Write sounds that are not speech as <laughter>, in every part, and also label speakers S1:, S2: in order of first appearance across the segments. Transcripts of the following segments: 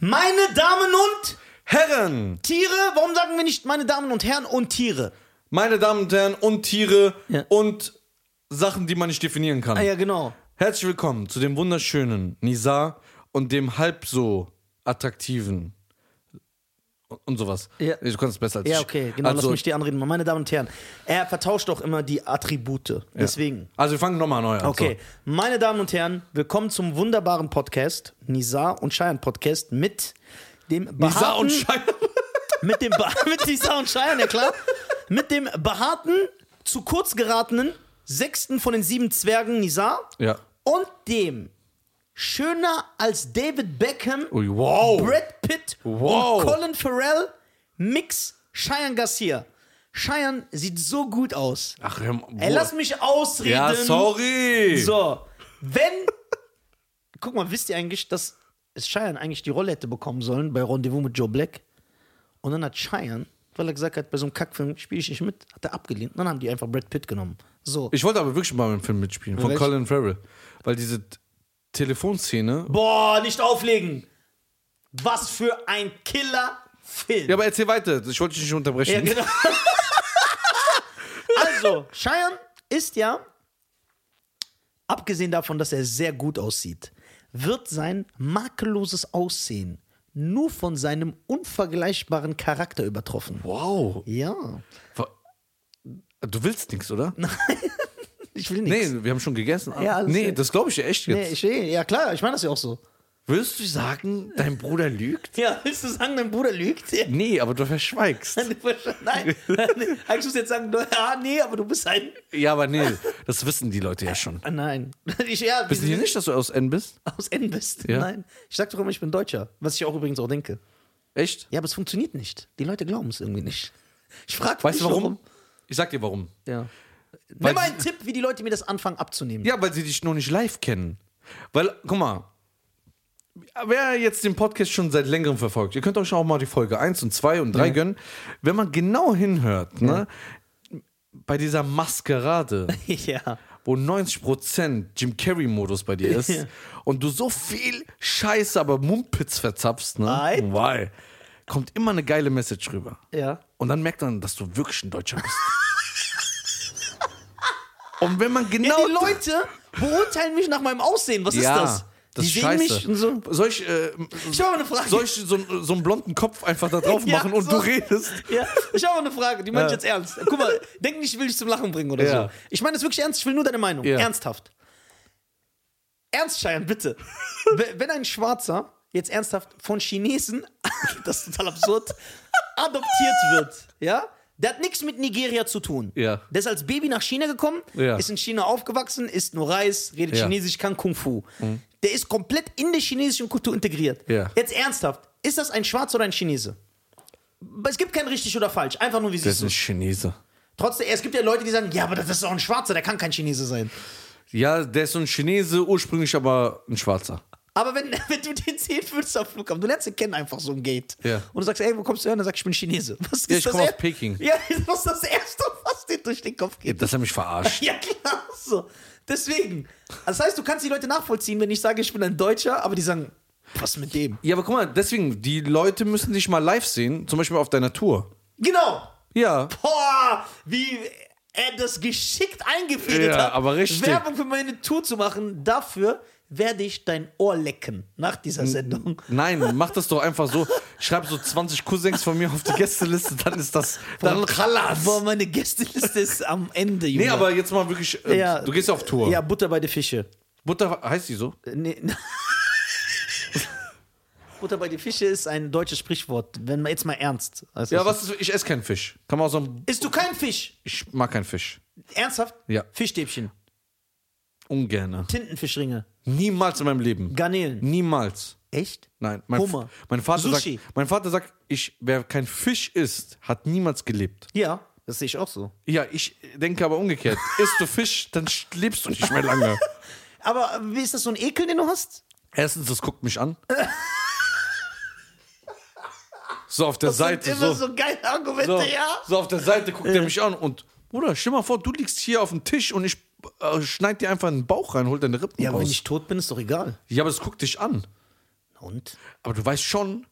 S1: Meine Damen und
S2: Herren,
S1: Tiere, warum sagen wir nicht meine Damen und Herren und Tiere?
S2: meine Damen und Herren und Tiere
S1: Ja.
S2: und Sachen, die man nicht definieren kann.
S1: Ah ja, genau.
S2: Herzlich willkommen zu dem wunderschönen Nizar und dem halb so attraktiven und sowas.
S1: Ja.
S2: Du kannst es besser als
S1: Ja,
S2: ich.
S1: okay, genau,
S2: also,
S1: lass mich die anreden. Meine Damen und Herren, er vertauscht doch immer die Attribute. Deswegen.
S2: Also wir fangen nochmal neu an.
S1: Okay, meine Damen und Herren, willkommen zum wunderbaren Podcast, Nizar und Scheiern Podcast mit dem
S2: So. Nizar und
S1: behaarten-
S2: Schein.
S1: <laughs> mit dem Be- <laughs> mit Nizar und Scheiern, ja klar, mit dem behaarten, zu kurz geratenen sechsten von den sieben Zwergen Nizar
S2: ja.
S1: und dem schöner als David Beckham,
S2: Ui, wow.
S1: Brad Pitt
S2: Oh. Wow.
S1: und Colin Farrell Mix Cheyenne Garcia. Cheyenne sieht so gut aus.
S2: Ach, hör mal.
S1: Ey, lass mich ausreden.
S2: ja, sorry.
S1: So, wenn. Guck mal, wisst ihr eigentlich, dass es Cheyenne eigentlich die Rolle hätte bekommen sollen bei Rendezvous mit Joe Black? Und dann hat Cheyenne, weil er gesagt hat, bei so einem Kackfilm spiele ich nicht mit, hat er abgelehnt. Und dann haben die einfach Brad Pitt genommen. So.
S2: Ich wollte aber wirklich mal im Film mitspielen von
S1: Welch-
S2: Colin Farrell, weil diese T- Telefonszene.
S1: Boah, nicht auflegen! Was für ein Killer-Film!
S2: Ja, aber erzähl weiter. Ich wollte dich nicht unterbrechen.
S1: Ja, genau. <laughs> also, Cheyenne ist ja, abgesehen davon, dass er sehr gut aussieht, wird sein makelloses Aussehen nur von seinem unvergleichbaren Charakter übertroffen.
S2: Wow.
S1: Ja,
S2: Wa- Du willst nichts, oder?
S1: ich will nichts.
S2: Nee, wir haben schon gegessen.
S1: Ja, alles
S2: nee,
S1: gut.
S2: das glaube ich dir echt
S1: Nee, ich,
S2: jetzt.
S1: ja klar, ich meine das ja auch so.
S2: Würdest du sagen, dein Bruder lügt?
S1: Ja, willst du sagen, dein Bruder lügt? Ja.
S2: Nee, aber du verschweigst.
S1: <laughs> Nein, eigentlich muss jetzt sagen, ja, nee, aber du bist ein...
S2: Ja, aber nee, das wissen die Leute ja schon.
S1: Ah, Nein. <laughs> Ich, ja,
S2: Wissen die nicht, dass du aus N bist?
S1: Aus N bist.
S2: Ja.
S1: Nein. Ich sag doch immer, ich bin Deutscher. Was ich auch übrigens auch denke.
S2: Echt?
S1: Ja, aber es funktioniert nicht. Die Leute glauben es irgendwie nicht. <laughs> Ich frage
S2: Weißt du warum? Ich sag dir warum.
S1: Ja.
S2: Weil
S1: Nimm mal einen Tipp, wie die Leute mir das anfangen <laughs> abzunehmen.
S2: Ja, weil sie dich noch nicht live kennen. Weil, guck mal, wer jetzt den Podcast schon seit längerem verfolgt, ihr könnt euch auch mal die Folge 1 und 2 und 3 gönnen. Wenn man genau hinhört, ne, bei dieser Maskerade,
S1: Ja.
S2: wo 90% Jim Carrey-Modus
S1: <laughs>
S2: bei dir ist
S1: Ja.
S2: und du so viel Scheiße, aber Mumpitz verzapfst, ne?
S1: Ei.
S2: Why? Kommt immer eine geile Message rüber.
S1: Ja.
S2: Und dann merkt man, dass du wirklich ein Deutscher bist.
S1: <laughs>
S2: und wenn man genau.
S1: Die Leute beurteilen mich nach meinem Aussehen. Was
S2: ja,
S1: ist das?
S2: das
S1: die
S2: ist
S1: sehen
S2: scheiße.
S1: mich und so.
S2: Soll ich, äh,
S1: Ich habe eine Frage.
S2: soll ich so, so einen blonden Kopf einfach da drauf
S1: <laughs> Ja,
S2: machen und
S1: so.
S2: du redest?
S1: Ja, ich habe eine Frage, die meine ich
S2: Ja.
S1: jetzt ernst. Guck mal, denk nicht, ich will dich zum Lachen bringen oder
S2: Ja.
S1: so. Ich meine das wirklich ernst, ich will nur deine Meinung.
S2: Ja.
S1: Ernsthaft. Ernst, Cheyenne, bitte.
S2: <laughs>
S1: W- Wenn ein Schwarzer jetzt ernsthaft von Chinesen, <laughs> das ist total absurd, adoptiert wird, ja? Der hat nichts mit Nigeria zu tun.
S2: Ja.
S1: Der ist als Baby nach China gekommen,
S2: Ja.
S1: ist in China aufgewachsen, isst nur Reis, redet
S2: Ja. Mhm.
S1: Chinesisch, kann Kung Fu. Der ist komplett in der chinesischen Kultur integriert.
S2: Ja.
S1: Jetzt ernsthaft, ist das ein Schwarzer oder ein Chinese? Es gibt kein richtig oder falsch, einfach nur wie sie
S2: Das ist
S1: es
S2: ein
S1: ist.
S2: Chinese.
S1: Trotzdem, es gibt ja Leute, die sagen, ja, aber das ist doch ein Schwarzer, der kann kein Chinese sein.
S2: Ja, der ist so ein Chinese, ursprünglich aber ein Schwarzer.
S1: Aber wenn, <laughs> wenn du den sehen würdest am Flughafen, du lernst ihn kennen einfach so im Gate.
S2: Ja.
S1: Und du sagst, ey, wo kommst du her? Und er sagt, ich bin Chinese. Was ist
S2: Ja, ich
S1: das
S2: komme aus
S1: Er-
S2: Peking.
S1: Ja, <laughs> das ist das Erste, was dir durch den Kopf geht.
S2: Das hat mich verarscht.
S1: Ja, klar, so. Deswegen. Das heißt, du kannst die Leute nachvollziehen, wenn ich sage, ich bin ein Deutscher, aber die sagen, was mit dem?
S2: Ja, aber guck mal, deswegen, die Leute müssen dich mal live sehen, zum Beispiel auf deiner Tour.
S1: Genau.
S2: Ja.
S1: Boah, wie er das geschickt eingefädelt
S2: Ja,
S1: hat.
S2: aber richtig.
S1: Werbung für meine Tour zu machen, dafür werde ich dein Ohr lecken nach dieser Sendung.
S2: Nein, mach das doch einfach so. Schreib so 20 Cousins von mir auf die Gästeliste, dann ist das. <laughs> Dann
S1: Boah,
S2: Chalas.
S1: meine Gästeliste ist am Ende, Junge.
S2: Nee, aber jetzt mal wirklich. Äh,
S1: Ja.
S2: du gehst auf Tour.
S1: Ja, Butter bei den Fische. Äh,
S2: Butter heißt die so?
S1: Nee. <laughs> Butter bei den Fische ist ein deutsches Sprichwort, wenn man jetzt mal ernst. Also
S2: Ja, was ist. Ich esse keinen Fisch. Kann man auch sagen,
S1: Isst du kein Fisch?
S2: ich mag keinen Fisch.
S1: Ernsthaft?
S2: Ja.
S1: Fischstäbchen,
S2: Ungerne.
S1: Tintenfischringe,
S2: Niemals in meinem Leben.
S1: Garnelen.
S2: Niemals.
S1: Echt?
S2: Nein. Mein,
S1: Hummer.
S2: Mein Vater
S1: Sushi.
S2: sagt, mein Vater sagt ich, wer kein Fisch isst, hat niemals gelebt.
S1: Ja, das sehe ich auch so.
S2: Ja, ich denke aber <laughs> umgekehrt. Isst du Fisch, dann sch- lebst du nicht mehr lange.
S1: Aber äh, wie ist das so ein Ekel, den du hast?
S2: Erstens, das guckt mich an. So auf der Seite,
S1: sind immer
S2: so,
S1: so, geile Argumente,
S2: so,
S1: ja?
S2: so auf der Seite guckt er mich an und Bruder, stell mal vor, du liegst hier auf dem Tisch und ich äh, schneid dir einfach in den Bauch rein, hol deine Rippen
S1: Ja, aber wenn
S2: raus.
S1: ich tot bin, ist doch egal.
S2: ja, aber es guckt dich an.
S1: und?
S2: Aber du weißt schon,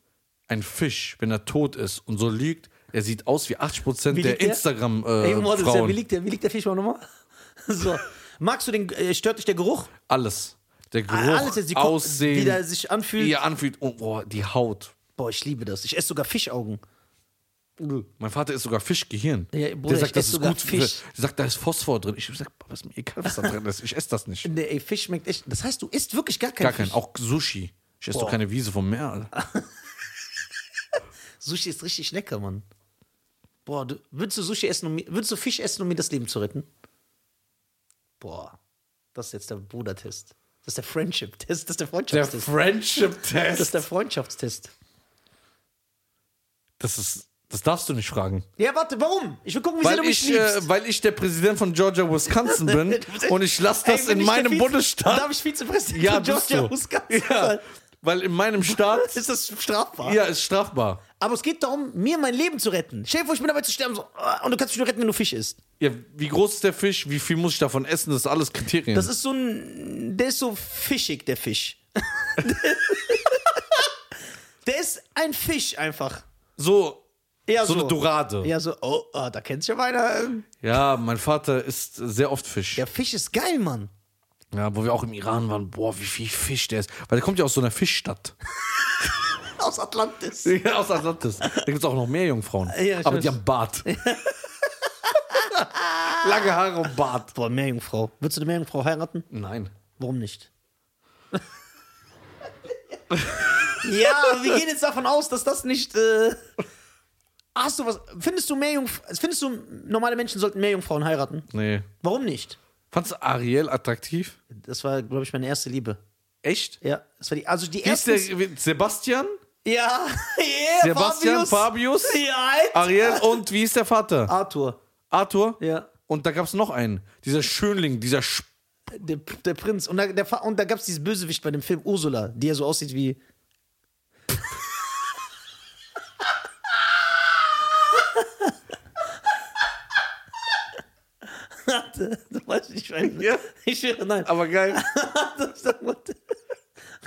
S2: ein Fisch, wenn er tot ist und so liegt, er sieht aus wie 80%
S1: Wie
S2: der
S1: liegt der?
S2: Äh,
S1: Ey, Junge, Models, ja,
S2: Instagram-Frauen.
S1: wie, liegt der, wie liegt der Fisch mal nochmal? <laughs> So. Magst du den, äh, stört dich der Geruch?
S2: alles. Der Geruch,
S1: Ah, Alles jetzt, die Ko-
S2: Aussehen,
S1: wie der sich anfühlt.
S2: Wie er anfühlt. Und boah, die Haut.
S1: Boah, ich liebe das. Ich esse sogar Fischaugen.
S2: Mein Vater isst sogar Fischgehirn.
S1: Ja, Bruder,
S2: der
S1: ich
S2: sagt, das
S1: ess
S2: ist
S1: sogar
S2: gut für. Der
S1: Fisch.
S2: sagt, da ist Phosphor drin. Ich sag, Papa, ist mir egal, was da drin ist. Ich esse
S1: <laughs>
S2: das nicht.
S1: Nee, ey, Fisch schmeckt echt. Das heißt, du isst wirklich gar keinen
S2: Gar
S1: Fisch.
S2: kein. Auch Sushi. Ich esse doch
S1: Boah.
S2: keine Wiese vom Meer. Alter.
S1: Sushi ist richtig lecker, Mann. Boah, du, würdest du Sushi essen, um, mir- würdest du Fisch essen, um mir das Leben zu retten? Boah, das ist jetzt der Brudertest. Das ist der Friendship-Test. Das ist der
S2: Der
S1: Freundschaftstest. das
S2: Friendship-Test.
S1: ist der Freundschaftstest.
S2: Das ist. Das darfst du nicht fragen.
S1: Ja, warte, warum? Ich will gucken, wie sehr
S2: Weil
S1: du mich
S2: ich,
S1: liebst.
S2: äh, weil ich der Präsident von
S1: <laughs>
S2: Georgia, Wisconsin bin und ich lasse
S1: Ey,
S2: das
S1: bin
S2: in
S1: ich der
S2: meinem
S1: Vize-
S2: Bundesstaat.
S1: Darf ich Vizepräsident
S2: Ja,
S1: von
S2: bist
S1: Georgia
S2: du.
S1: Wisconsin
S2: Ja,
S1: sein?
S2: weil in meinem Staat
S1: Ist das strafbar?
S2: ja, ist strafbar.
S1: Aber es geht darum, mir mein Leben zu retten. Stell dir vor, ich bin dabei zu sterben so, ah, und du kannst mich nur retten, wenn du Fisch isst.
S2: Ja, wie groß ist der Fisch? Wie viel muss ich davon essen? Das ist alles Kriterien.
S1: Das ist so ein. Der ist so fischig, der Fisch. <laughs> der ist ein Fisch einfach.
S2: so,
S1: Eher
S2: so eine Dorade. Ja.
S1: Ja, so, oh, ah, da kennst du ja einer.
S2: mein Vater isst sehr oft Fisch.
S1: Der
S2: Ja.
S1: Fisch ist geil, Mann.
S2: wo wir auch im Iran waren. Boah, wie viel Fisch der ist. Weil der kommt ja aus so einer Fischstadt.
S1: Aus Atlantis.
S2: <laughs> Ja, aus Atlantis. Da gibt es auch noch mehr Jungfrauen.
S1: Ja, ich
S2: Aber
S1: weiß.
S2: die haben Bart. Lange Haare und Bart.
S1: Boah, Meerjungfrau. Würdest du eine Meerjungfrau heiraten?
S2: Nein.
S1: Warum nicht? <laughs> ja, aber wir gehen jetzt davon aus, dass das nicht. Äh, Ah, hast du was. Findest du Meerjungfrauen. Findest du, normale Menschen sollten Meerjungfrauen heiraten?
S2: Nee.
S1: Warum nicht?
S2: Fandst du Ariel attraktiv?
S1: Das war, glaube ich, meine erste Liebe.
S2: Echt?
S1: Ja, das war die. Also die
S2: Wie ist
S1: erste.
S2: der Sebastian?
S1: <laughs> Ja, yeah,
S2: Sebastian,
S1: Fabius.
S2: Fabius, Ah.
S1: Ja, Alter.
S2: Ariel und wie ist der Vater?
S1: Arthur.
S2: Arthur?
S1: Ja.
S2: Und da gab es noch einen. Dieser Schönling, dieser Sp
S1: Der, der Prinz. Und da, der, Fa- und da gab es dieses Bösewicht bei dem Film Ursula, die ja so aussieht wie. Warte, du weißt nicht, ich
S2: Ja.
S1: Ich schwöre, nein.
S2: Aber geil.
S1: Das ist doch gut.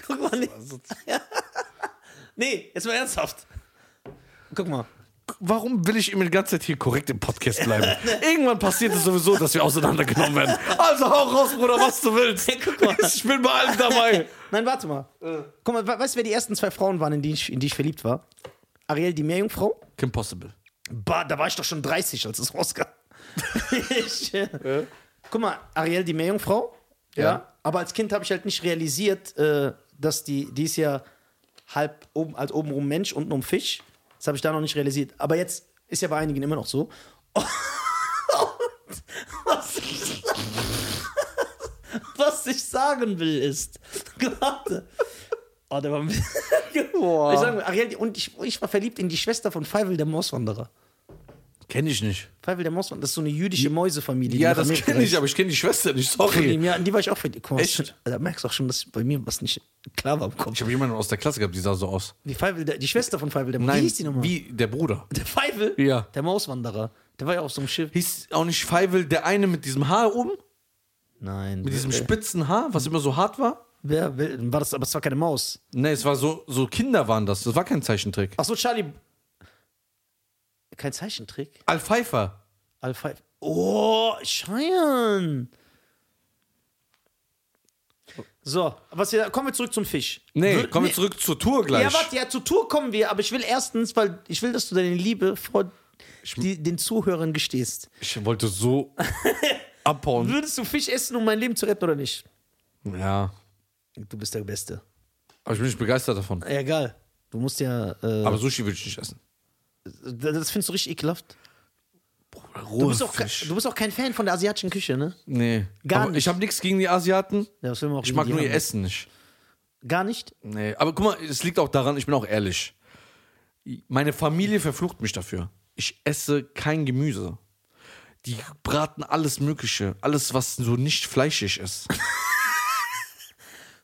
S1: Guck mal nicht.
S2: Also
S1: Ja. Nee, jetzt mal ernsthaft. Guck mal.
S2: Warum will ich immer die ganze Zeit hier korrekt im Podcast bleiben?
S1: <laughs>
S2: Irgendwann passiert es sowieso, dass wir auseinandergenommen werden. Also hau raus, Bruder, was du willst.
S1: guck mal.
S2: Ich bin bei
S1: <laughs>
S2: allem dabei.
S1: Nein, warte mal.
S2: Äh.
S1: Guck mal, we- weißt du, wer die ersten zwei Frauen waren, in die ich, in die ich verliebt war? Ariel, die Meerjungfrau.
S2: Kim Possible.
S1: Bah, da war ich doch schon 30, als es
S2: <laughs>
S1: rauskam. <laughs> ich, äh, Guck mal, Ariel, die Meerjungfrau. Ja.
S2: Ja.
S1: Aber als Kind habe ich halt nicht realisiert, äh, dass die, die ist ja halb oben, als obenrum Mensch, untenrum Fisch. Das habe ich da noch nicht realisiert. Aber jetzt ist ja bei einigen immer noch so. <laughs> Was ich, was ich sagen will ist, <laughs> warte. Oh, der war <laughs> ein bisschen-
S2: Boah.
S1: Ich sag mal, Ariel, und ich, ich war verliebt in die Schwester von Feivel, der Mauswanderer.
S2: Kenn ich nicht.
S1: Feivel, der Mauswanderer, das ist so eine jüdische Mäusefamilie.
S2: Ja,
S1: nach
S2: das
S1: Amerika
S2: kenne ich,
S1: reist.
S2: aber ich kenne die Schwester nicht. Sorry.
S1: Ja, in die war ich auch verliebt. Guck mal,
S2: Echt?
S1: Alter, Da merkst du auch schon, dass bei mir was nicht klar war im Kopf.
S2: Ich habe jemanden aus der Klasse gehabt, die sah so aus.
S1: Die, Feivel, der, die Schwester von Feivel, der Wie hieß die nochmal?
S2: Wie der Bruder.
S1: Der Feivel?
S2: Ja.
S1: Der Mauswanderer. Der war ja auf so einem Schiff.
S2: Hieß auch nicht Feivel der eine mit diesem Haar oben?
S1: Nein.
S2: Mit diesem
S1: wer,
S2: spitzen Haar, was immer so hart war?
S1: wer, wer, war das, aber es war keine Maus.
S2: Nee, es war so, so Kinder waren das. Das war kein Zeichentrick.
S1: Ach so, Charlie. Kein Zeichentrick.
S2: Al Pfeiffer.
S1: Al Five. Oh, Cheyenne. So, was wir, kommen wir zurück zum Fisch.
S2: Nee,
S1: Wür-
S2: kommen wir zurück zur Tour gleich.
S1: Ja, warte, ja, zur Tour kommen wir, aber ich will erstens, weil ich will, dass du deine Liebe vor die, den Zuhörern gestehst.
S2: Ich
S1: <laughs>
S2: wollte so abhauen.
S1: Würdest du Fisch essen, um mein Leben zu retten oder nicht?
S2: Ja.
S1: Du bist der Beste.
S2: Aber ich bin nicht begeistert davon.
S1: Ja, egal. Du musst ja. Äh,
S2: Aber Sushi würde ich nicht essen.
S1: das findest du richtig ekelhaft. Du
S2: Rohe
S1: bist, auch, ke- du bist auch kein Fan von der asiatischen Küche, ne?
S2: Nee.
S1: Gar
S2: aber
S1: nicht.
S2: Ich habe nichts gegen die Asiaten.
S1: Ja, das will man auch
S2: Ich mag nur ihr
S1: Essen.
S2: Essen nicht.
S1: Gar nicht?
S2: Nee. Aber guck mal, es liegt auch daran, ich bin auch ehrlich. Meine Familie verflucht mich dafür. Ich esse kein Gemüse. Die braten alles Mögliche. Alles, was so nicht fleischig ist.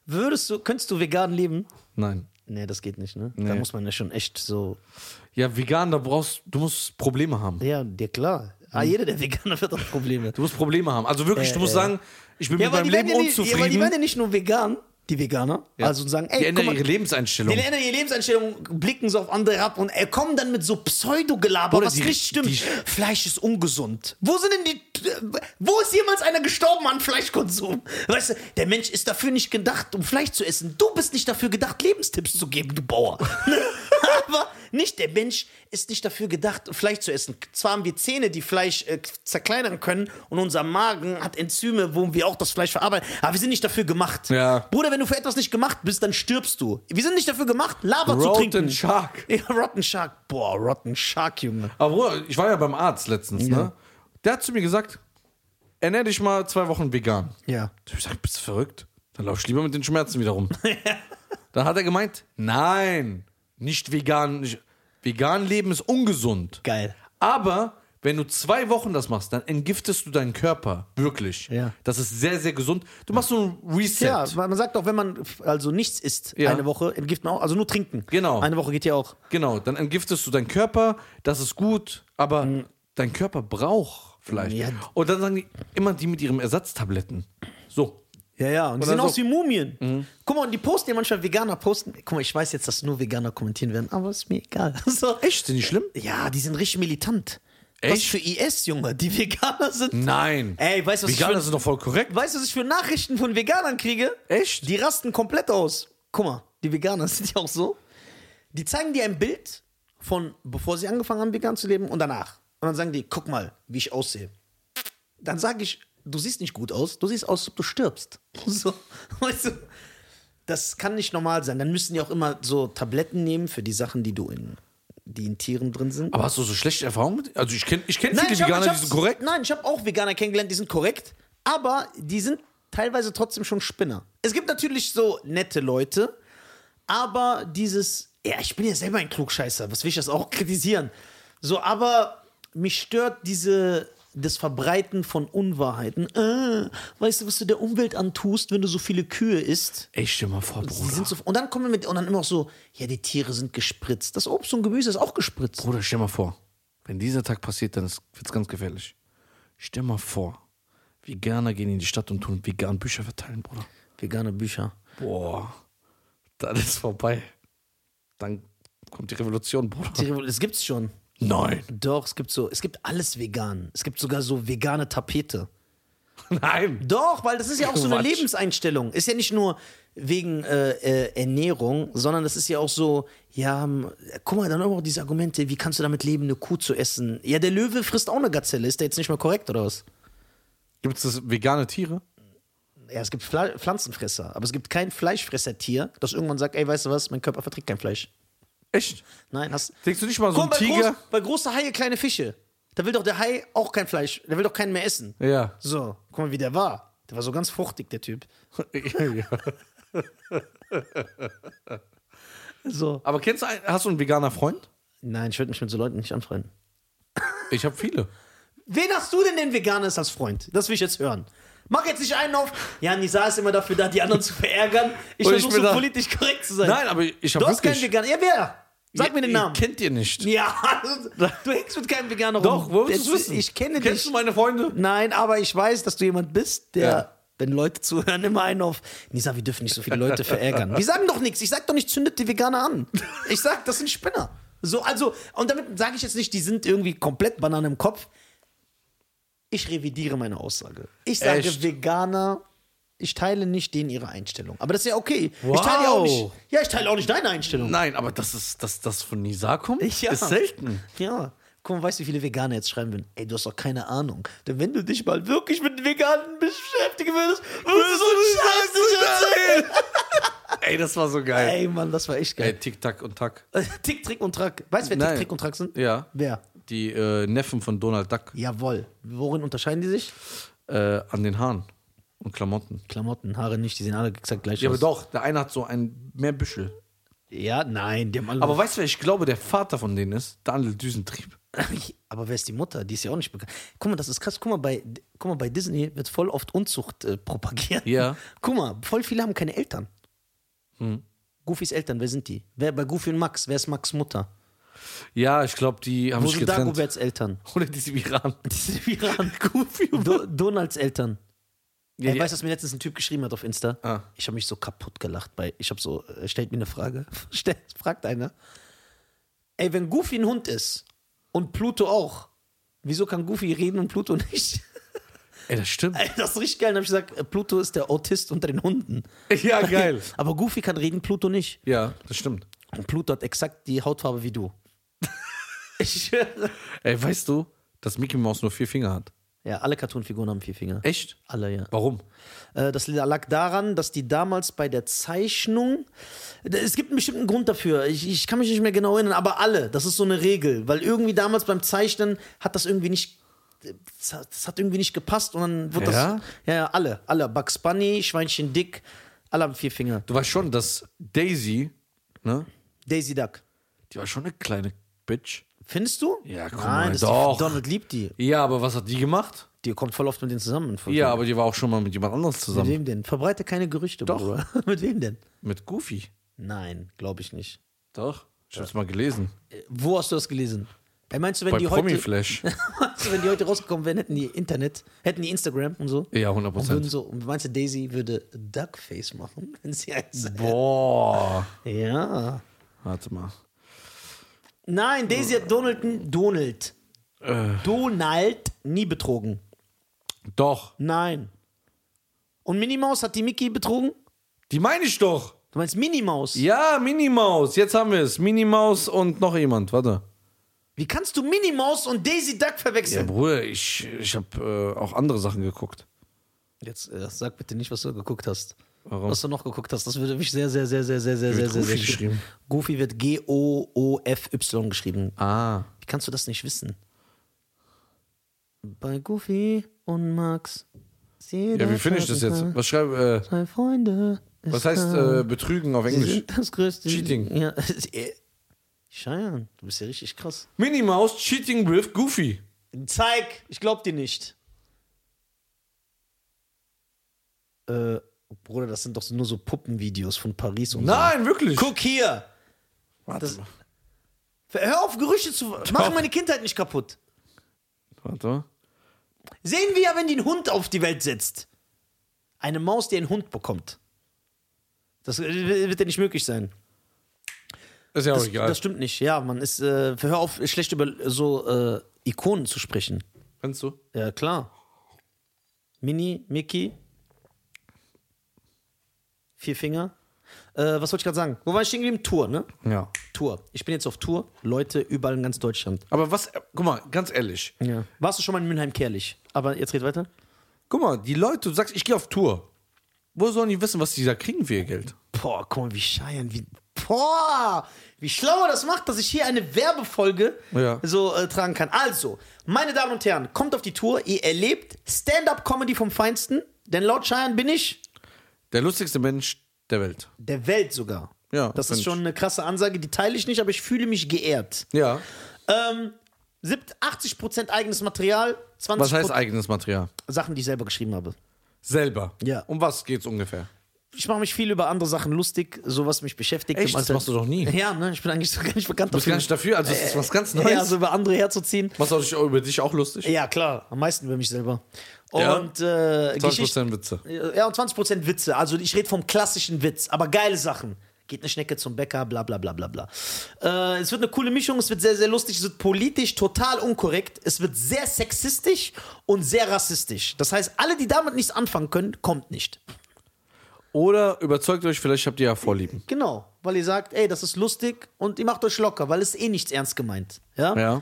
S1: Würdest du, könntest du vegan leben?
S2: Nein.
S1: Nee, das geht nicht, ne? Da muss man ja schon echt so.
S2: Ja, vegan, da brauchst du musst Probleme haben.
S1: Ja, dir klar. Ah,
S2: Hm.
S1: jeder, der Veganer wird auch Probleme.
S2: Du musst Probleme haben. Also wirklich, du musst sagen, ich bin
S1: Äh, Ja,
S2: mit
S1: aber
S2: meinem
S1: die,
S2: Leben
S1: werden ja nicht, ja, aber die
S2: unzufrieden.
S1: werden ja nicht nur vegan, die Veganer. Also und sagen, ey,
S2: die ändern
S1: guck mal,
S2: ihre Lebenseinstellung.
S1: Die ändern ihre Lebenseinstellung, blicken so auf andere ab und äh, kommen dann mit so Pseudogelaber,
S2: Oder
S1: was
S2: die-
S1: nicht stimmt.
S2: die-
S1: Fleisch ist ungesund. Wo sind denn die. äh, Wo ist jemals einer gestorben an Fleischkonsum? Weißt du, der Mensch ist dafür nicht gedacht, um Fleisch zu essen. Du bist nicht dafür gedacht, Lebenstipps zu geben, du Bauer. <laughs> Aber nicht der Mensch ist nicht dafür gedacht, Fleisch zu essen. Zwar haben wir Zähne, die Fleisch äh, zerkleinern können und unser Magen hat Enzyme, wo wir auch das Fleisch verarbeiten, aber wir sind nicht dafür gemacht.
S2: Ja.
S1: Bruder, wenn du für etwas nicht gemacht bist, dann stirbst du. Wir sind nicht dafür gemacht, Lava zu
S2: Rotten
S1: trinken.
S2: Shark.
S1: <laughs> Ja, Rotten Shark. Boah, Rotten Shark, Junge.
S2: Aber Bruder, ich war ja beim Arzt letztens, ne? Der hat zu mir gesagt, ernähr dich mal zwei Wochen vegan.
S1: Ja.
S2: Ich hab gesagt, bist du verrückt? Dann lauf ich lieber mit den Schmerzen
S1: <laughs>
S2: wieder rum. Dann hat er gemeint, nein, nicht vegan. Nicht, vegan leben ist ungesund.
S1: Geil.
S2: Aber wenn du zwei Wochen das machst, dann entgiftest du deinen Körper. Wirklich.
S1: Ja.
S2: Das ist sehr, sehr gesund. Du machst so ein Reset.
S1: Ja, weil man sagt auch, wenn man f- also nichts isst
S2: Ja.
S1: eine Woche, entgift man auch, also nur trinken.
S2: Genau.
S1: Eine Woche geht ja auch.
S2: Genau, dann entgiftest du deinen Körper, das ist gut, aber dein Körper braucht Fleisch.
S1: Ja.
S2: Und dann sagen die immer die mit ihren Ersatztabletten. So.
S1: Ja, ja. Und die
S2: Oder
S1: sehen
S2: so.
S1: aus wie Mumien.
S2: Mhm.
S1: Guck mal, und die posten ja manchmal Veganer posten. Guck mal, ich weiß jetzt, dass nur Veganer kommentieren werden, aber ist mir egal. <laughs> So.
S2: Echt? Sind die schlimm?
S1: Ja, die sind richtig militant. Was
S2: Echt?
S1: für IS, Junge. Die Veganer sind.
S2: Nein.
S1: Ey, weißt du, was ich
S2: Veganer
S1: für-
S2: sind doch voll korrekt.
S1: Weißt du, was ich für Nachrichten von Veganern kriege?
S2: Echt?
S1: Die rasten komplett aus. Guck mal, die Veganer <laughs> sind ja auch so. Die zeigen dir ein Bild von, bevor sie angefangen haben, vegan zu leben und danach. Und dann sagen die, guck mal, wie ich aussehe. Dann sage ich, du siehst nicht gut aus, du siehst aus, als ob du stirbst. <laughs> So, weißt du, das kann nicht normal sein. Dann müssen die auch immer so Tabletten nehmen für die Sachen, die du in, die in Tieren drin sind.
S2: Aber hast du so schlechte Erfahrungen mit? Also ich kenne ich kenn viele
S1: hab-
S2: Veganer,
S1: hab-
S2: die sind korrekt.
S1: Nein, ich habe auch Veganer kennengelernt, die sind korrekt, aber die sind teilweise trotzdem schon Spinner. Es gibt natürlich so nette Leute, aber dieses, ja, ich bin ja selber ein Klugscheißer, was will ich das auch <laughs> kritisieren? So, aber mich stört diese, das Verbreiten von Unwahrheiten. Äh, weißt du, was du der Umwelt antust, wenn du so viele Kühe isst?
S2: Ey, stell mal vor,
S1: Die
S2: Bruder.
S1: sind so, und dann kommen wir mit, und dann immer auch so, ja, die Tiere sind gespritzt. Das Obst und Gemüse ist auch gespritzt.
S2: Bruder, stell mal vor. Wenn dieser Tag passiert, dann wird es ganz gefährlich. Stell mal vor, Veganer gehen in die Stadt und tun vegan Bücher verteilen, Bruder.
S1: Vegane Bücher.
S2: Boah, dann ist vorbei. Dann kommt die Revolution, Bruder.
S1: Die Revol- Das gibt's schon.
S2: Nein. <laughs>
S1: Doch, es gibt so, es gibt alles vegan. Es gibt sogar so vegane Tapete.
S2: Nein.
S1: Doch, weil das ist ja auch so eine
S2: Quatsch.
S1: Lebenseinstellung. Ist ja nicht nur wegen äh, äh, Ernährung, sondern das ist ja auch so, ja, m- guck mal, dann auch diese Argumente, wie kannst du damit leben, eine Kuh zu essen? Ja, der Löwe frisst auch eine Gazelle, ist der jetzt nicht mal korrekt oder was?
S2: Gibt es das vegane Tiere?
S1: Ja, es gibt Fla Pflanzenfresser, aber es gibt kein Fleischfressertier, das irgendwann sagt, ey, weißt du was, mein Körper verträgt kein Fleisch.
S2: Echt?
S1: Nein, hast
S2: Denkst du nicht mal so
S1: Guck
S2: ein
S1: mal, bei,
S2: Tiger?
S1: Groß, bei große Haie kleine Fische. Da will doch der Hai auch kein Fleisch, der will doch keinen mehr essen.
S2: Ja.
S1: So, guck mal, wie der war. Der war so ganz fruchtig, der Typ.
S2: <laughs> ja.
S1: So.
S2: Aber kennst du, einen- hast du einen veganer Freund?
S1: Nein, ich würde mich mit so Leuten nicht anfreunden.
S2: Ich habe viele.
S1: Wen hast du denn, den Veganer ist als Freund? Das will ich jetzt hören. Mach jetzt nicht einen auf, ja, Nisa ist immer dafür da, die anderen zu verärgern. <laughs> Ich
S2: Und ich
S1: versuche
S2: bin
S1: so
S2: da-
S1: politisch korrekt zu sein.
S2: Nein, aber ich habe
S1: du hast
S2: wirklich...
S1: keinen Veganer. Ja, wer? Sag mir den
S2: Ihr- ihr
S1: Namen.
S2: Kennt ihr nicht?
S1: Ja, <laughs> du hängst mit keinem Veganer rum.
S2: Doch, wo willst
S1: Das-
S2: du wissen?
S1: Ich kenne
S2: Kennst
S1: dich.
S2: du meine Freunde?
S1: Nein, aber ich weiß, dass du jemand bist, der,
S2: Ja.
S1: wenn Leute zuhören, immer einen auf, Nisa, wir dürfen nicht so viele Leute verärgern. Wir sagen doch nichts. Ich sag doch nicht, zündet die Veganer an. Ich sag, das sind Spinner. So, also, und damit sage ich jetzt nicht, die sind irgendwie komplett Banane im Kopf. Ich revidiere meine Aussage. Ich sage
S2: Echt?
S1: Veganer, ich teile nicht denen ihre Einstellung. Aber das ist ja okay. Ich teile ja auch
S2: Wow.
S1: nicht. Ja, ich teile auch nicht deine Einstellung.
S2: Nein, aber dass das, dass das von Nisa kommt,
S1: <laughs> Ja.
S2: ist selten.
S1: Ja. Guck mal, weißt du, wie viele Veganer jetzt schreiben würden? Ey, du hast doch keine Ahnung. Denn wenn du dich mal wirklich mit Veganen beschäftigen würdest, würdest du so Scheiße erzählen.
S2: Ey, das war so geil.
S1: Ey, Mann, das war echt
S2: Ey,
S1: geil.
S2: Tick, Tack und Tack.
S1: Tick, Trick und Track. Weißt du, wer Tick,
S2: Nein.
S1: Trick und Track sind?
S2: Ja.
S1: Wer?
S2: Die äh, Neffen von Donald Duck
S1: Jawohl. Worin unterscheiden die sich?
S2: äh, an den Haaren und Klamotten.
S1: Klamotten, Haare nicht, die sehen alle exakt gleich
S2: Ja, aber
S1: aus.
S2: doch, der eine hat so ein mehr Büschel.
S1: Ja, nein, die haben alle.
S2: Aber weißt du, wer ich glaube, der Vater von denen ist? Daniel Düsentrieb.
S1: <laughs> Aber wer ist die Mutter? Die ist ja auch nicht bekannt. Guck mal, das ist krass. Guck mal, bei, guck mal, bei Disney wird voll oft Unzucht äh, propagiert. <laughs>
S2: Ja. Hm.
S1: Guck mal, voll viele haben keine Eltern. Goofys Eltern, wer sind die? Wer bei Goofy und Max? Wer ist Max Mutter?
S2: Ja, ich glaube, die haben
S1: Wo
S2: sich
S1: sind
S2: getrennt.
S1: Dagoberts Eltern? <laughs>
S2: Oder die sind im <laughs> Iran.
S1: Die sind im Iran. Goofy und Do Donalds Eltern. Ey,
S2: die-
S1: weißt du, was mir letztens ein Typ geschrieben hat auf Insta?
S2: Ah.
S1: Ich habe mich so kaputt gelacht bei. Ich habe so, äh, stellt mir eine Frage, <laughs> stellt, fragt einer. Ey, wenn Goofy ein Hund ist und Pluto auch, wieso kann Goofy reden und Pluto nicht?
S2: <laughs>
S1: <laughs>
S2: Ey, das stimmt.
S1: Ey, das ist richtig geil. Dann habe ich gesagt, äh, Pluto ist der Autist unter den Hunden.
S2: <laughs> Ja, geil.
S1: <laughs> Aber Goofy kann reden, Pluto nicht.
S2: Ja, das stimmt.
S1: Und Pluto hat exakt die Hautfarbe wie
S2: <laughs>
S1: du. ich schwöre.
S2: Ey, weißt du, dass Mickey Mouse nur vier Finger hat?
S1: Ja, alle Cartoon-Figuren haben vier Finger.
S2: Echt?
S1: Alle, ja.
S2: Warum?
S1: Äh, Das lag daran, dass die damals bei der Zeichnung. Es gibt einen bestimmten Grund dafür. Ich, ich kann mich nicht mehr genau erinnern, aber alle. Das ist so eine Regel. Weil irgendwie damals beim Zeichnen hat das irgendwie nicht. Das hat- das hat irgendwie nicht gepasst und dann wird das.
S2: Ja?
S1: Ja, ja, alle. Alle. Bugs Bunny, Schweinchen Dick, alle haben vier Finger.
S2: Du weißt schon, dass Daisy, ne?
S1: Daisy Duck.
S2: Die war schon eine kleine Bitch.
S1: Findest du?
S2: Ja, guck mal,
S1: Nein, das ist
S2: doch.
S1: Die, Donald liebt die.
S2: Ja, aber was hat die gemacht?
S1: Die kommt voll oft mit denen zusammen.
S2: Ja, aber die war auch schon mal mit jemand anderem
S1: Mit
S2: zusammen.
S1: wem denn? Verbreite keine Gerüchte, Doch. Bruder. <laughs> Mit wem denn?
S2: Mit Goofy.
S1: Nein, glaube ich nicht.
S2: Doch. Ich hab's mal gelesen.
S1: Wo hast du das gelesen? Ey, meinst du, wenn
S2: Bei
S1: die heute, <laughs>
S2: Promiflash.
S1: meinst du, wenn die heute rausgekommen wären, hätten die Internet, hätten die Instagram und so?
S2: Ja,
S1: Und würden
S2: 100%.
S1: so, und meinst du, Daisy würde Duckface machen, <laughs> wenn sie eins
S2: Boah.
S1: Ja.
S2: Warte mal.
S1: Nein, Daisy hat Donald, Donald,
S2: Äh,
S1: Donald nie betrogen.
S2: doch.
S1: Nein. Und Minnie Maus hat die Mickey betrogen?
S2: Die meine ich doch.
S1: Du meinst Minnie Maus?
S2: Ja, Minnie Maus. Jetzt haben wir es. Minnie Maus und noch jemand. Warte.
S1: Wie kannst du Minnie Maus und Daisy Duck
S2: Ja,
S1: verwechseln?
S2: Bruder, ich, ich habe äh, auch andere Sachen geguckt.
S1: Jetzt äh, sag bitte nicht, was du geguckt hast.
S2: Warum?
S1: Was du noch geguckt hast. Das würde mich sehr, sehr, sehr, sehr, sehr, sehr,
S2: Wie
S1: sehr,
S2: wird
S1: sehr, sehr
S2: Goofy geschrieben?
S1: Goofy wird G-O-O-F-Y geschrieben.
S2: Ah.
S1: Wie kannst du das nicht wissen? Bei Goofy und Max.
S2: Ja, wie finde ich das jetzt? Was schreibe äh,
S1: Zwei Freunde. ist
S2: Was heißt
S1: da.
S2: äh, betrügen auf
S1: Sie
S2: Englisch?
S1: sind das größte.
S2: Cheating.
S1: Ja. <laughs> Scheiße, du bist ja richtig krass.
S2: Minnie Maus cheating with Goofy.
S1: Zeig, ich glaub dir nicht. Äh, Bruder, das sind doch nur so Puppenvideos von Paris und
S2: Nein, wirklich.
S1: so. Guck hier!
S2: Warte
S1: das-
S2: mal.
S1: Hör auf, Gerüchte zu. Mach meine Kindheit nicht kaputt.
S2: Warte mal.
S1: Sehen wir ja, wenn die einen Hund auf die Welt setzt. Eine Maus, die einen Hund bekommt. Das äh, wird ja nicht möglich sein.
S2: Ist ja auch
S1: Das,
S2: egal.
S1: das stimmt nicht. Ja, man ist. Äh, hör auf, schlecht über so äh, Ikonen zu sprechen.
S2: Kannst du?
S1: Ja, Äh, klar. Mini, Mickey. Vier Finger. Äh, was wollte ich gerade sagen? Wo war ich stehen geblieben? Tour, ne?
S2: Ja.
S1: Tour. Ich bin jetzt auf Tour. Leute überall in ganz Deutschland.
S2: Aber was, äh, guck mal, ganz ehrlich.
S1: Ja. Warst du schon mal in Mülheim-Kerlich? Aber jetzt red weiter.
S2: Guck mal, die Leute, du sagst, ich gehe auf Tour. Wo sollen die wissen, was die da kriegen für ihr Geld?
S1: Boah, guck mal, wie scheiern, wie. Boah, wie schlau er das macht, dass ich hier eine Werbefolge
S2: Ja.
S1: so äh, tragen kann. Also, meine Damen und Herren, kommt auf die Tour, ihr erlebt Stand-up-Comedy vom Feinsten, denn laut Scheiern bin ich
S2: Der lustigste Mensch der Welt.
S1: der Welt sogar.
S2: Ja,
S1: das ist
S2: Mensch.
S1: schon eine krasse Ansage, die teile ich nicht, aber ich fühle mich geehrt.
S2: Ja.
S1: Ähm, siebt- 80% eigenes Material, 20%
S2: Was heißt eigenes Material?
S1: Sachen, die ich selber geschrieben habe.
S2: Selber.
S1: Ja.
S2: Um was geht's ungefähr?
S1: Ich mache mich viel über andere Sachen lustig, so was mich beschäftigt.
S2: Echt?
S1: im
S2: Das
S1: Alltag.
S2: machst du doch nie.
S1: Ja, ne? ich bin eigentlich so gar nicht bekannt
S2: Was gar nicht dafür? Also, das ist was ganz Neues.
S1: Ja, also über andere herzuziehen.
S2: Machst du dich auch über dich auch lustig?
S1: Ja, klar, am meisten über mich selber.
S2: Ja.
S1: Und äh,
S2: 20% Witze.
S1: Geschichten- Äh, Ja, und 20% Witze. Also ich rede vom klassischen Witz, aber geile Sachen. Geht eine Schnecke zum Bäcker, bla bla bla bla bla. Äh, es wird eine coole Mischung, es wird sehr, sehr lustig, es wird politisch total unkorrekt, es wird sehr sexistisch und sehr rassistisch. Das heißt, alle, die damit nichts anfangen können, kommt nicht.
S2: Oder überzeugt euch, vielleicht habt ihr ja Vorlieben.
S1: Genau, weil ihr sagt, ey, das ist lustig und ihr macht euch locker, weil es ist eh nichts ernst gemeint. Ja?
S2: Ja.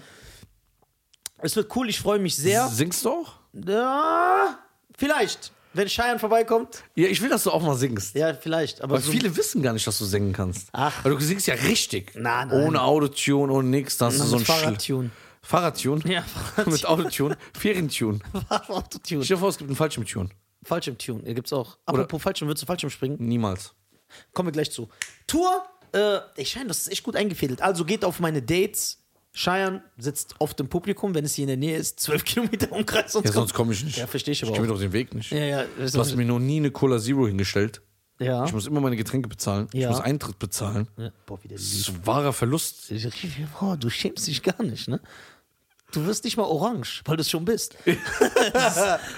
S1: Es wird cool, ich freue mich sehr.
S2: Singst du auch?
S1: Ja, vielleicht, wenn Cheyenne vorbeikommt.
S2: Ja, ich will, dass du auch mal singst.
S1: Ja, vielleicht, aber
S2: Weil
S1: so
S2: viele wissen gar nicht, dass du singen kannst.
S1: Also- Ach.
S2: Weil du singst ja richtig.
S1: Na, nein.
S2: Ohne Autotune, ohne nix. Da hast du
S1: Na,
S2: so ein
S1: mit Fahrradtune.
S2: Fahrradtune?
S1: Ja, Fahrradtune.
S2: <laughs> mit Autotune? Ferientune.
S1: <laughs>
S2: Ich
S1: Autotune.
S2: dir vor, es gibt einen falschen Tune.
S1: Fallschirm Tune, hier gibt's auch. Apropos Fallschirm, würdest du Fallschirm springen?
S2: Niemals.
S1: Kommen wir gleich zu. Tour, äh, ich scheine, das ist echt gut eingefädelt. Also geht auf meine Dates. Cheyenne sitzt oft im Publikum, wenn es hier in der Nähe ist, zwölf <laughs> Kilometer Umkreis.
S2: Ja, sonst komme ich nicht.
S1: Ja, verstehe ich
S2: Ich
S1: aber
S2: kenne
S1: auch.
S2: doch den Weg nicht.
S1: Ja, ja, das
S2: Du hast mir noch nie eine Cola Zero hingestellt.
S1: ja.
S2: Ich muss immer meine Getränke bezahlen. Ich
S1: Ja.
S2: muss Eintritt bezahlen.
S1: ja. Boah, wie der
S2: Das ist ein wahrer Verlust.
S1: Boah, du schämst dich gar nicht, ne? Du wirst nicht mal orange, weil du es schon
S2: <laughs>
S1: bist.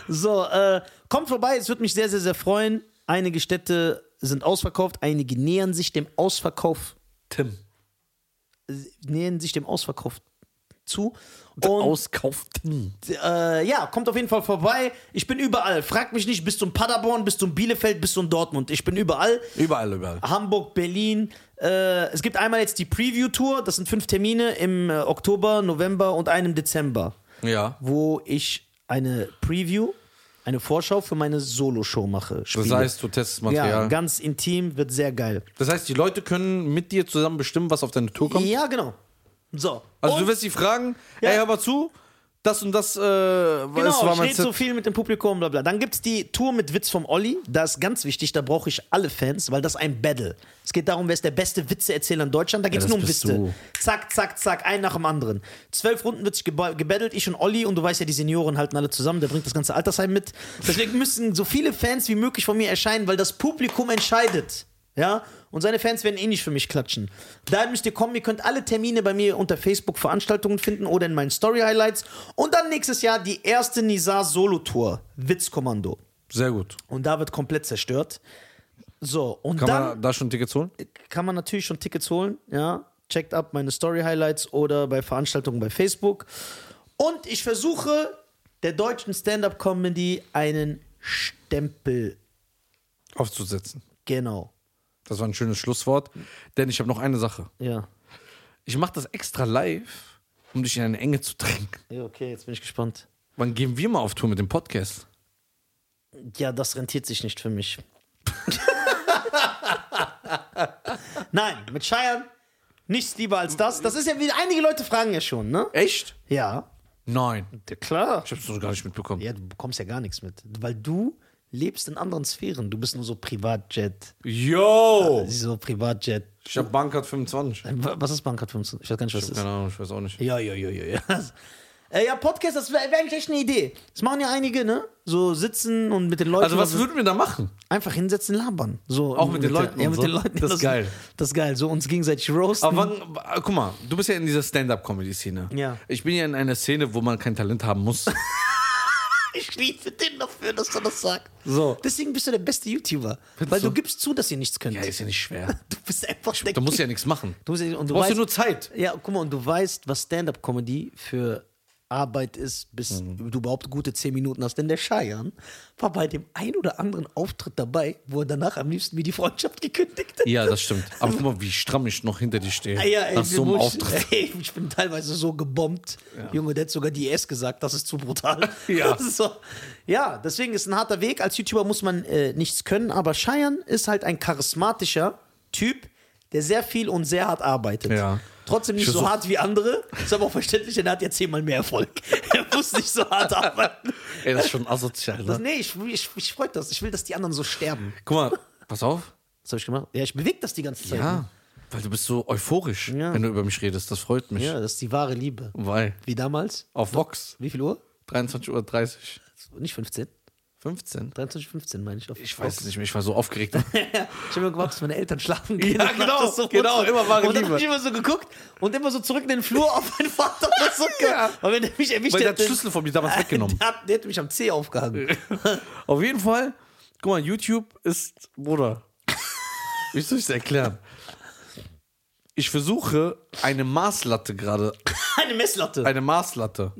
S1: so, äh, kommt vorbei, es würde mich sehr, sehr, sehr freuen. Einige Städte sind ausverkauft, einige nähern sich dem Ausverkauf,
S2: Tim.
S1: nähern sich dem Ausverkauf zu. Und,
S2: Auskauft Tim.
S1: äh, ja, kommt auf jeden Fall vorbei. Ich bin überall. Frag mich nicht, bist du in Paderborn, bist du in Bielefeld, bist du in Dortmund. Ich bin überall.
S2: Überall, überall.
S1: Hamburg, Berlin. Äh, es gibt einmal jetzt die Preview-Tour. Das sind fünf Termine im äh, Oktober, November und einem Dezember,
S2: Ja.
S1: wo ich eine Preview, eine Vorschau für meine Solo-Show mache.
S2: Das
S1: spiele.
S2: heißt, du testest
S1: ja,
S2: Material.
S1: ganz intim, wird sehr geil.
S2: das heißt, die Leute können mit dir zusammen bestimmen, was auf deine Tour kommt.
S1: Ja, genau. So.
S2: Also
S1: Und-
S2: du wirst sie fragen,
S1: Ja.
S2: ey, hör mal zu, das und das äh,
S1: Genau,
S2: es war
S1: ich
S2: mein
S1: rede so viel mit dem Publikum, bla bla. Dann gibt es die Tour mit Witz vom Olli. Da ist ganz wichtig, da brauche ich alle Fans, weil das ist ein Battle. Es geht darum, wer ist der beste Witzeerzähler in Deutschland. Da geht es
S2: das
S1: nur um
S2: bist
S1: Witze.
S2: du.
S1: Zack, zack, zack, ein nach dem anderen. Zwölf Runden wird sich geba- gebattelt, ich und Olli. Und du weißt ja, die Senioren halten alle zusammen. Der bringt das ganze Altersheim mit. Deswegen müssen so viele Fans wie möglich von mir erscheinen, weil das Publikum entscheidet. Ja, und seine Fans werden eh nicht für mich klatschen. Daher müsst ihr kommen. Ihr könnt alle Termine bei mir unter Facebook Veranstaltungen finden oder in meinen Story Highlights. Und dann nächstes Jahr die erste Nizar Solo Tour. Witzkommando.
S2: Sehr gut.
S1: Und da wird komplett zerstört. So, und
S2: Kann
S1: dann
S2: man da schon Tickets holen?
S1: kann man natürlich schon Tickets holen. Ja, checkt ab meine Story Highlights oder bei Veranstaltungen bei Facebook. Und ich versuche der deutschen Stand-up Comedy einen Stempel.
S2: Aufzusetzen.
S1: Genau.
S2: Das war ein schönes Schlusswort. Denn ich habe noch eine Sache.
S1: Ja.
S2: Ich mache das extra live, um dich in eine Enge zu drängen.
S1: Ja, Okay, jetzt bin ich gespannt.
S2: Wann gehen wir mal auf Tour mit dem Podcast?
S1: Ja, das rentiert sich nicht für mich. <laughs> Nein, mit Scheiern nichts lieber als das. Das ist ja wie einige Leute fragen ja schon, ne?
S2: Echt?
S1: Ja.
S2: Nein.
S1: klar.
S2: Ich habe es noch gar nicht mitbekommen.
S1: Ja, du bekommst ja gar nichts mit, weil du lebst in anderen Sphären. Du bist nur so Privatjet, Also
S2: Yo!
S1: so Privatjet.
S2: Ich habe Bankart 25.
S1: Wa- Was ist Bankart 15? Ich weiß gar nicht, was das ist.
S2: Keine Ahnung, ich weiß auch nicht.
S1: Ja, ja, ja, ja, ja. <laughs> Äh, ja, Podcast, das wäre wär eigentlich echt eine Idee. Das machen ja einige, ne? So sitzen und mit den Leuten.
S2: Also, was würden wir da machen?
S1: Einfach hinsetzen, labern. So,
S2: Auch mit den Leuten
S1: Ja,
S2: und
S1: mit
S2: so.
S1: den Leuten.
S2: Das ist geil.
S1: Das ist geil. So uns gegenseitig roasten.
S2: Aber wann, äh, guck mal, du bist ja in dieser Stand-up-Comedy-Szene.
S1: Ja.
S2: Ich bin ja in einer Szene, wo man kein Talent haben muss.
S1: <laughs> ich liebe den dafür, dass er das sagt.
S2: So.
S1: Deswegen bist du der beste YouTuber. weil du? gibst zu, dass ihr nichts könnt.
S2: ja, ist ja nicht schwer.
S1: Du bist einfach der
S2: Da musst du ja nichts machen.
S1: Du, musst- und du
S2: Du brauchst ja
S1: weißt,
S2: nur Zeit.
S1: ja, guck mal, und du weißt, was Stand-Up-Comedy für Arbeit ist, bis du überhaupt gute 10 Minuten hast. Denn der Scheiern war bei dem ein oder anderen Auftritt dabei, wo er danach am liebsten mir die Freundschaft gekündigt hat.
S2: Ja, das stimmt. Aber guck mal, wie stramm ich noch hinter dir stehe.
S1: Ey, Ah, ja, ey,
S2: nach so einem
S1: wo ich-
S2: Auftritt.
S1: <laughs> Ey, ich bin teilweise so gebombt. Junge, der hat sogar die S gesagt, das ist zu brutal.
S2: <laughs> Ja.
S1: Das ist <laughs> so. ja, deswegen ist ein harter Weg. Als YouTuber muss man äh, nichts können, aber Scheiern ist halt ein charismatischer Typ, der sehr viel und sehr hart arbeitet.
S2: Ja.
S1: Trotzdem nicht
S2: Ich
S1: so
S2: versuch-
S1: hart wie andere. Ist aber auch verständlich, denn er hat ja zehnmal mehr Erfolg. <laughs> er muss nicht so hart arbeiten.
S2: Ey, das ist schon asozial.
S1: Das,
S2: Ne?
S1: nee, ich, ich, ich freut das. Ich will, dass die anderen so sterben.
S2: Guck mal, pass auf.
S1: Was habe ich gemacht? Ja, ich bewege das die ganze Zeit.
S2: Ja, weil du bist so euphorisch, wenn du über mich redest. Das freut mich.
S1: ja, das ist die wahre Liebe.
S2: Weil
S1: Wie damals?
S2: auf Vox
S1: Wie viel Uhr?
S2: 23.30 Uhr,
S1: Nicht 15.
S2: 15.
S1: 23, 15 meine ich doch.
S2: Ich weiß es nicht mehr, ich war so <laughs> aufgeregt.
S1: Ich habe mir gewartet, dass meine Eltern schlafen gehen.
S2: Ja,
S1: Ich mach
S2: genau,
S1: das so
S2: genau,
S1: runter.
S2: immer wahre
S1: Und dann
S2: Liebe.
S1: habe ich immer so geguckt und immer so zurück in den Flur auf meinen Vater. Und so
S2: <laughs> Ja.
S1: Und wenn er mich erwischt
S2: Weil der hat
S1: hätte,
S2: Schlüssel von mir damals weggenommen.
S1: <laughs> Der hat, der hätte mich am Zeh aufgehangen.
S2: <laughs> Auf jeden Fall, guck mal, YouTube ist, Bruder, <laughs> wie soll ich das erklären? Ich versuche eine Maßlatte gerade,
S1: Eine Messlatte.
S2: eine Maßlatte.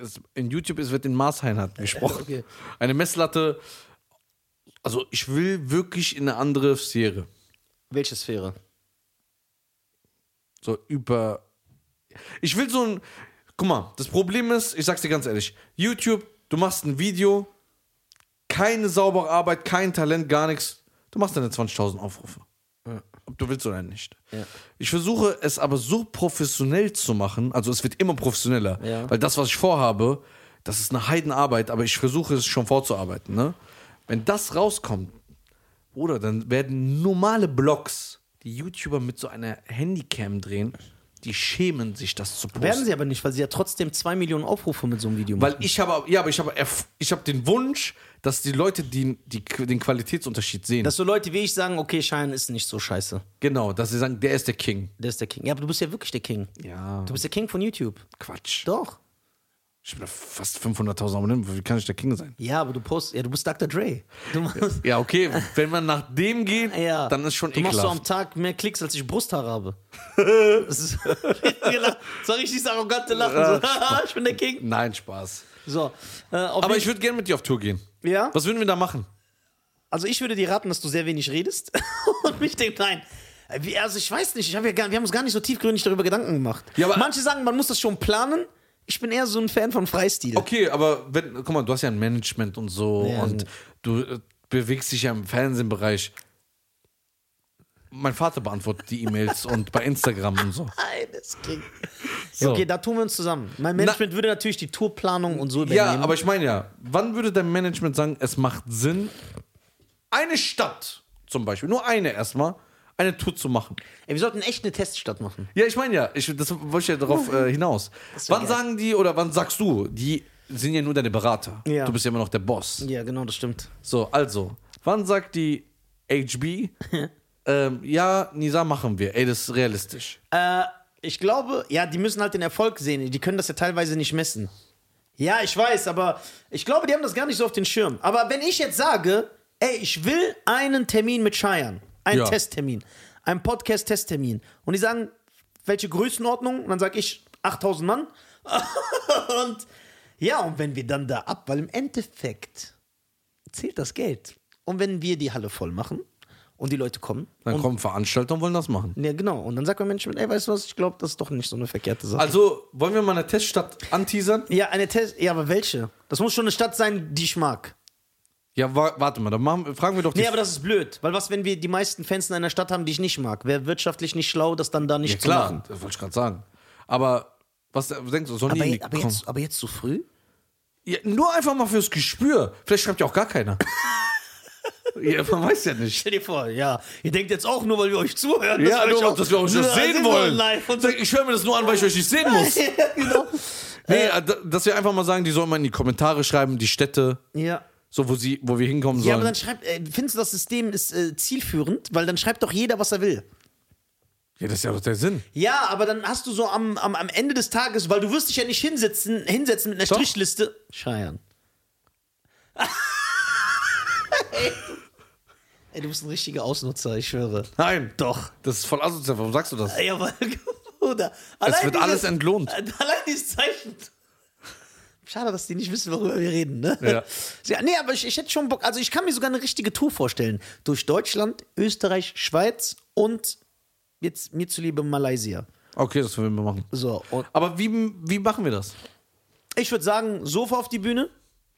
S2: Es- In YouTube ist, wird in Maßeinheiten gesprochen.
S1: Okay.
S2: Eine Messlatte, also ich will wirklich in eine andere Sphäre.
S1: Welche Sphäre?
S2: So über. Ich will so ein. Guck mal, das Problem ist, ich sag's dir ganz ehrlich: YouTube, du machst ein Video, keine saubere Arbeit, kein Talent, gar nichts. Du machst deine 20.000 Aufrufe. Ob du willst oder nicht.
S1: Ja.
S2: Ich versuche es aber so professionell zu machen, also es wird immer professioneller,
S1: Ja.
S2: weil das, was ich vorhabe, das ist eine Heidenarbeit, aber ich versuche es schon vorzuarbeiten. Ne? Wenn das rauskommt, Bruder, dann werden normale Blogs, die YouTuber mit so einer Handycam drehen, die schämen sich, das zu posten.
S1: Werden sie aber nicht, weil sie ja trotzdem zwei Millionen Aufrufe mit so einem Video
S2: Weil
S1: machen.
S2: ich habe, ja, aber ich habe, erf- ich habe den Wunsch, dass die Leute die, die, den Qualitätsunterschied sehen.
S1: Dass so Leute wie ich sagen, okay, Schein ist nicht so scheiße.
S2: genau, dass sie sagen, der ist der King.
S1: Der ist der King. Ja, aber du bist ja wirklich der King.
S2: Ja.
S1: Du bist der King von YouTube.
S2: Quatsch.
S1: Doch.
S2: Ich bin fast 500.000 Abonnenten. Wie kann ich der King sein?
S1: Ja, aber du postest, ja, du bist Dr. Dre. Du machst,
S2: Ja, okay. Wenn man nach dem geht,
S1: ja.
S2: dann ist schon
S1: Du machst so am
S2: ekelhaft.
S1: Tag mehr Klicks, als ich Brusthaare <laughs> habe. Das ist- <laughs> so richtig dieses arrogante oh Lachen. So, <laughs> ich bin der King.
S2: Nein, Spaß.
S1: So. Äh, auf
S2: Aber
S1: jeden-
S2: ich würde gerne mit dir auf Tour gehen.
S1: Ja?
S2: Was würden wir da machen?
S1: Also ich würde dir raten, dass du sehr wenig redest <laughs> und mich dem nein. Äh, wie- Also ich weiß nicht, ich hab ja gar, wir haben uns gar nicht so tiefgründig darüber Gedanken gemacht.
S2: Ja, aber-
S1: Manche sagen, man muss das schon planen. Ich bin eher so ein Fan von Freistil.
S2: Okay, aber wenn, guck mal, du hast ja ein Management und so
S1: Ja. also
S2: und du äh, bewegst dich ja im Fernsehbereich. Mein Vater beantwortet die E-Mails und bei Instagram und so.
S1: Nein, das <laughs> ging.
S2: So.
S1: Ja, okay, da tun wir uns zusammen. Mein Management würde natürlich die Tourplanung und so übernehmen.
S2: Ja, aber ich meine ja, wann würde dein Management sagen, es macht Sinn, eine Stadt zum Beispiel, nur eine erstmal, eine Tour zu machen?
S1: Ey, wir sollten echt eine Teststadt machen.
S2: Ja, ich meine ja, ich, das wollte ich ja darauf äh, hinaus.
S1: wär
S2: Wann
S1: geil.
S2: sagen die oder wann sagst du, die sind ja nur deine Berater.
S1: Ja.
S2: Du bist ja immer noch der Boss.
S1: Ja, genau, das stimmt.
S2: So, also, wann sagt die
S1: <laughs>
S2: HB, ähm, ja, Nisa, machen wir. Ey, das ist realistisch.
S1: Äh, ich glaube, ja, die müssen halt den Erfolg sehen. Die können das ja teilweise nicht messen. Ja, ich weiß, aber ich glaube, die haben das gar nicht so auf den Schirm. Aber wenn ich jetzt sage, ey, ich will einen Termin mit Scheiern, einen
S2: Ja.
S1: Testtermin, einen Podcast-Testtermin, und die sagen, welche Größenordnung, und dann sage ich 8000 Mann. <laughs> und ja, und wenn wir dann da ab, weil im Endeffekt zählt das Geld. Und wenn wir die Halle voll machen und die Leute kommen
S2: Dann
S1: und
S2: kommen Veranstalter und wollen das machen.
S1: ja, genau. Und dann sagt man Menschen, ey, weißt du was, ich glaube, das ist doch nicht so eine verkehrte Sache.
S2: Also, wollen wir mal eine Teststadt anteasern?
S1: ja, eine Test, ja, aber welche? Das muss schon eine Stadt sein, die ich mag.
S2: Ja, wa warte mal, dann machen, fragen wir doch die.
S1: Nee, aber das ist blöd. Weil was, wenn wir die meisten Fans in einer Stadt haben, die ich nicht mag? Wäre wirtschaftlich nicht schlau, das dann da nicht
S2: ja,
S1: zu
S2: klar,
S1: machen.
S2: das wollte ich gerade sagen. Aber was denkst du, sollen
S1: Aber,
S2: die in die
S1: aber,
S2: kommen?
S1: jetzt, aber jetzt zu früh?
S2: Ja, nur einfach mal fürs Gespür. Vielleicht schreibt ja auch
S1: <laughs>
S2: gar keiner. ja, man weiß ja nicht.
S1: Stell dir vor, ja. Ihr denkt jetzt auch nur, weil wir euch zuhören.
S2: Ja,
S1: wir euch also
S2: nur, dass wir auch nicht das sehen wollen.
S1: Live und
S2: Ich höre mir das nur an, weil ich euch
S1: <laughs>
S2: nicht sehen muss.
S1: ja, genau.
S2: Nee, d- dass wir einfach mal sagen, die sollen mal in die Kommentare schreiben, die Städte,
S1: Ja.
S2: so wo, sie, wo wir hinkommen
S1: Ja,
S2: sollen.
S1: aber dann schreibt, äh, findest du das System ist äh, zielführend? Weil dann schreibt doch jeder, was er will.
S2: ja, das ist ja doch der Sinn.
S1: Ja, aber dann hast du so am, am, am Ende des Tages, weil du wirst dich ja nicht hinsetzen, hinsetzen mit einer
S2: Doch.
S1: Strichliste. <laughs> Scheiern. Ey, du bist ein richtiger Ausnutzer, ich schwöre.
S2: Nein,
S1: Doch.
S2: das ist voll asozial. Warum sagst du das?
S1: Ja, aber, <laughs> Bruder.
S2: Es
S1: allein
S2: wird alles entlohnt.
S1: <laughs> Allein dieses Zeichen. Schade, dass die nicht wissen, worüber wir reden, ne?
S2: Ja.
S1: <laughs> ja nee, aber ich, ich hätte schon Bock. Also, ich kann mir sogar eine richtige Tour vorstellen. Durch Deutschland, Österreich, Schweiz und jetzt mir zuliebe Malaysia.
S2: Okay, das werden wir machen.
S1: So, und
S2: Aber wie, wie machen wir das?
S1: Ich würde sagen, Sofa auf die Bühne,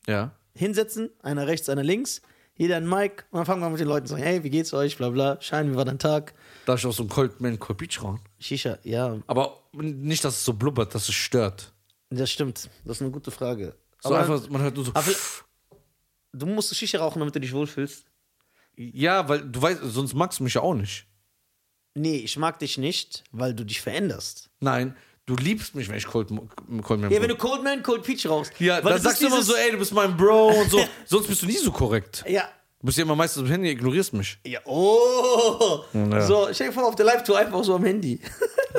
S2: Ja.
S1: hinsetzen, einer rechts, einer links, jeder ein Mic und dann fangen wir mit den Leuten zu sagen, hey, wie geht's euch, bla bla, Schein, wie war dein Tag?
S2: Darf ich auch so einen Cold Man Cold Beach rauen?
S1: Shisha, ja,
S2: Aber nicht, dass es so blubbert, dass es stört.
S1: das stimmt, das ist eine gute Frage.
S2: So
S1: Aber
S2: einfach, man hört nur so.
S1: Aber- du musst Shisha rauchen, damit du dich wohlfühlst.
S2: Ja, weil du weißt, sonst magst du mich ja auch nicht.
S1: Nee, ich mag dich nicht, weil du dich veränderst.
S2: Nein, du liebst mich, wenn ich Cold, Cold Man
S1: Ja, wenn du Cold Man, Cold Peach rauchst.
S2: ja
S1: weil
S2: dann
S1: bist
S2: sagst du immer
S1: dieses-
S2: so, ey, du bist mein Bro
S1: <laughs>
S2: und so. sonst bist du nie so korrekt.
S1: Ja,
S2: Du bist ja immer meistens am Handy, ignorierst mich.
S1: ja, oh.
S2: Ja.
S1: So, stell dir vor, auf der Live-Tour einfach so am Handy.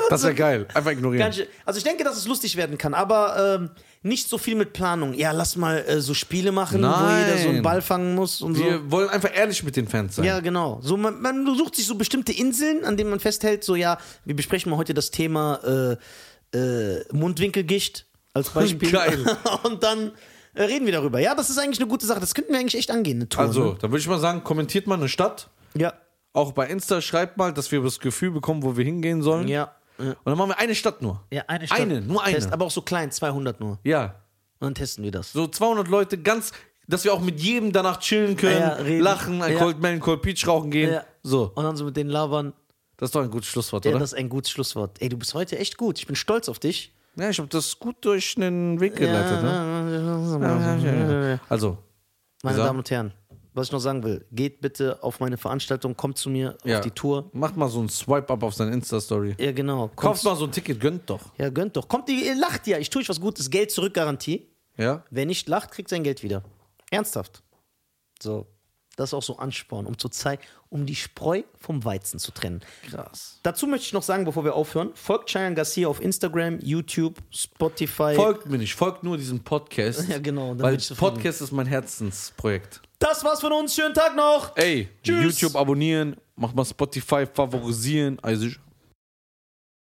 S2: Das ist ja geil. Einfach
S1: Ganz
S2: ignorieren.
S1: schön. Also ich denke, dass es lustig werden kann, aber ähm, nicht so viel mit Planung. Ja, lass mal äh, so Spiele machen,
S2: Nein.
S1: wo jeder so einen Ball fangen muss und so.
S2: Wir wollen einfach ehrlich mit den Fans sein.
S1: Ja, genau. So, man, man sucht sich so bestimmte Inseln, an denen man festhält, so ja, wir besprechen mal heute das Thema äh, äh, Mundwinkelgicht
S2: <laughs>
S1: als Beispiel.
S2: Geil.
S1: <laughs> und dann äh, reden wir darüber. Ja, das ist eigentlich eine gute Sache. Das könnten wir eigentlich echt angehen, eine Tour.
S2: Also,
S1: ne?
S2: dann würde ich mal sagen, kommentiert mal eine Stadt.
S1: Ja.
S2: Auch bei Insta schreibt mal, dass wir das Gefühl bekommen, wo wir hingehen sollen.
S1: Ja. Ja,
S2: Und dann machen wir eine Stadt nur.
S1: Ja, eine Stadt.
S2: Eine, nur eine.
S1: Test, aber auch so klein, 200 nur. Und
S2: Ja.
S1: dann testen wir das.
S2: So 200 Leute, ganz, dass wir auch mit jedem danach chillen können,
S1: Ja, reden.
S2: lachen, ein
S1: Ja.
S2: Cold Man, Cold Peach rauchen gehen.
S1: Ja.
S2: So,
S1: Und dann so mit den Labern.
S2: das ist doch ein gutes Schlusswort,
S1: Ja,
S2: oder?
S1: das ist ein gutes Schlusswort. Ey, du bist heute echt gut. Ich bin stolz auf dich.
S2: ja, ich habe das gut durch den Weg geleitet. Ne?
S1: Ja, ja, ja, ja, ja.
S2: Also,
S1: Meine
S2: Lisa?
S1: Damen und Herren, was ich noch sagen will, geht bitte auf meine Veranstaltung, kommt zu mir
S2: Ja.
S1: auf die Tour.
S2: Macht mal so einen Swipe-Up auf seine Insta-Story.
S1: Ja, genau. Kommt,
S2: Kauft mal so ein Ticket, gönnt doch.
S1: ja, gönnt doch. Kommt, ihr ihr lacht ja. Ich tue euch was Gutes. Geld zurück, Garantie.
S2: Ja?
S1: Wer nicht lacht, kriegt sein Geld wieder. Ernsthaft. So. Das ist auch so Ansporn, um zu zeigen, um die Spreu vom Weizen zu trennen.
S2: Krass.
S1: Dazu möchte ich noch sagen, bevor wir aufhören, folgt Cheyenne Garcia auf Instagram, YouTube, Spotify.
S2: Folgt mir nicht, folgt nur diesem
S1: <laughs>
S2: Podcast.
S1: Ja, genau, dann
S2: Weil
S1: bin ich zufrieden.
S2: Podcast ist mein Herzensprojekt.
S1: Das war's von uns. Schönen Tag noch.
S2: Ey,
S1: Tschüss.
S2: YouTube abonnieren, macht mal Spotify favorisieren. Also ich